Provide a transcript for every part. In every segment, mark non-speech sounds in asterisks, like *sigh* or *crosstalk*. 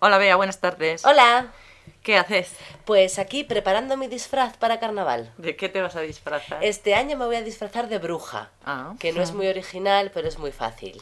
Hola Bea, buenas tardes. Hola, ¿Qué haces? pues aquí preparando mi disfraz para carnaval. ¿De qué te vas a disfrazar? Este año me voy a disfrazar de bruja, Ah. que no es muy original, pero es muy fácil.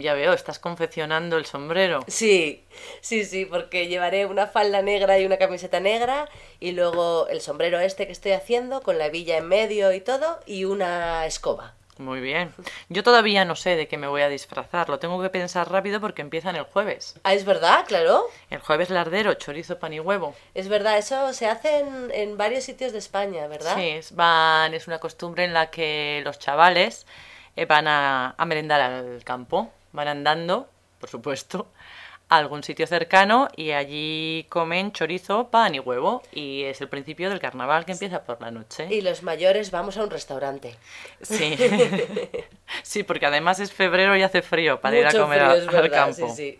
Ya veo, estás confeccionando el sombrero. Sí, sí, sí, porque llevaré una falda negra y una camiseta negra y luego el sombrero este que estoy haciendo con la hebilla en medio y todo y una escoba. Muy bien. Yo todavía no sé de qué me voy a disfrazar. Lo tengo que pensar rápido porque empiezan el jueves. Ah, es verdad, claro. El jueves lardero, chorizo, pan y huevo. Es verdad, eso se hace en, en varios sitios de España, ¿verdad? Sí, es, van, es una costumbre en la que los chavales eh, van a, a merendar al campo, van andando, por supuesto, a algún sitio cercano y allí comen chorizo, pan y huevo. Y es el principio del carnaval que empieza por la noche. Y los mayores vamos a un restaurante. *laughs* Sí. sí, porque además es febrero y hace frío para ir a Mucho comer frío, al- es al verdad, sí, campo. Mm. sí.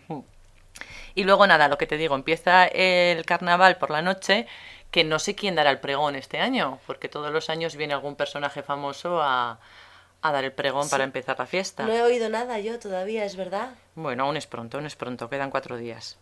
Y luego nada, lo que te digo, empieza el carnaval por la noche, que no sé quién dará el pregón este año, porque todos los años viene algún personaje famoso a, a dar el pregón para empezar la fiesta. No he oído nada yo todavía, es verdad. Bueno, aún es pronto, aún es pronto, quedan cuatro días.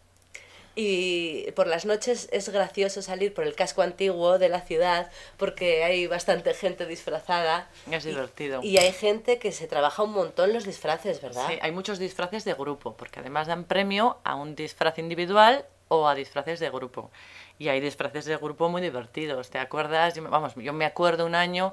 Y por las noches es gracioso salir por el casco antiguo de la ciudad porque hay bastante gente disfrazada. Es divertido. Y hay gente que se trabaja un montón los disfraces, ¿verdad? Sí, hay muchos disfraces de grupo, porque además dan premio a un disfraz individual o a disfraces de grupo. Y hay disfraces de grupo muy divertidos. ¿Te acuerdas? Yo me- vamos, yo me acuerdo un año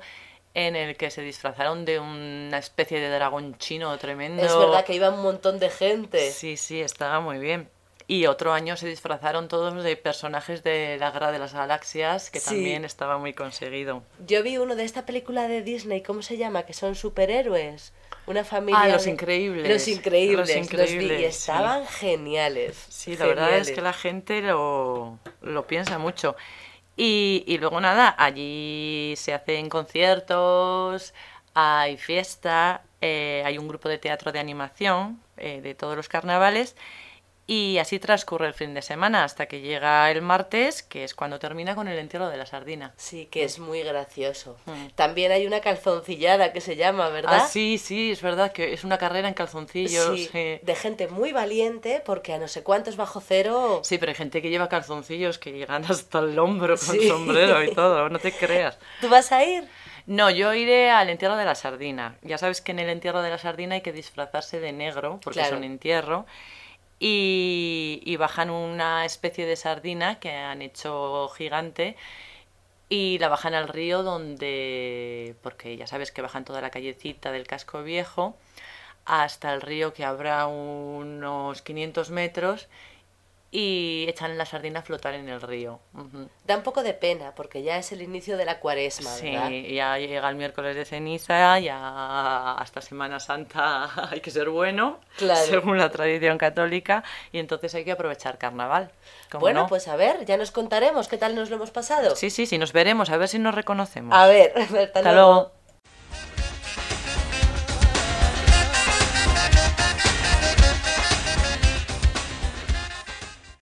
en el que se disfrazaron de una especie de dragón chino tremendo. Es verdad que iba un montón de gente. Sí, sí, estaba muy bien. Y otro año se disfrazaron todos de personajes de la Guerra de las Galaxias, que Sí. también estaba muy conseguido. Yo vi uno de esta película de Disney, ¿cómo se llama? Que son superhéroes. Una familia. Ah, Los de- Increíbles. Los increíbles. Los Los vi y Increíbles, sí. estaban geniales. Sí, la verdad es geniales. que la gente lo, lo piensa mucho. Y, y luego nada, allí se hacen conciertos, hay fiesta, eh, hay un grupo de teatro de animación eh, de todos los carnavales y así transcurre el fin de semana hasta que llega el martes, que es cuando termina con el entierro de la sardina. Sí, que es muy gracioso. Mm. También hay una calzoncillada que se llama, ¿verdad? Ah, sí, sí, es verdad que es una carrera en calzoncillos. Sí, eh. de gente muy valiente porque a no sé cuántos bajo cero Sí, pero hay gente que lleva calzoncillos que llegan hasta el hombro con Sí. sombrero y todo, no te creas. tú vas a ir. No, yo iré al entierro de la sardina. Ya sabes que en el entierro de la sardina hay que disfrazarse de negro, porque es Claro. un entierro. Y, y bajan una especie de sardina que han hecho gigante y la bajan al río donde, porque ya sabes que bajan toda la callecita del casco viejo hasta el río que habrá unos 500 metros y echan la sardina a flotar en el río. Ujú. Da un poco de pena porque ya es el inicio de la cuaresma, Sí, ¿verdad? ya llega el miércoles de ceniza, ya hasta Semana Santa *laughs* hay que ser bueno, Claro. según la tradición católica, y entonces hay que aprovechar carnaval. ¿cómo Bueno, no? pues a ver, ya nos contaremos qué tal nos lo hemos pasado. Sí, sí, sí, nos veremos, a ver si nos reconocemos. A ver, *laughs* hasta Hasta luego. luego.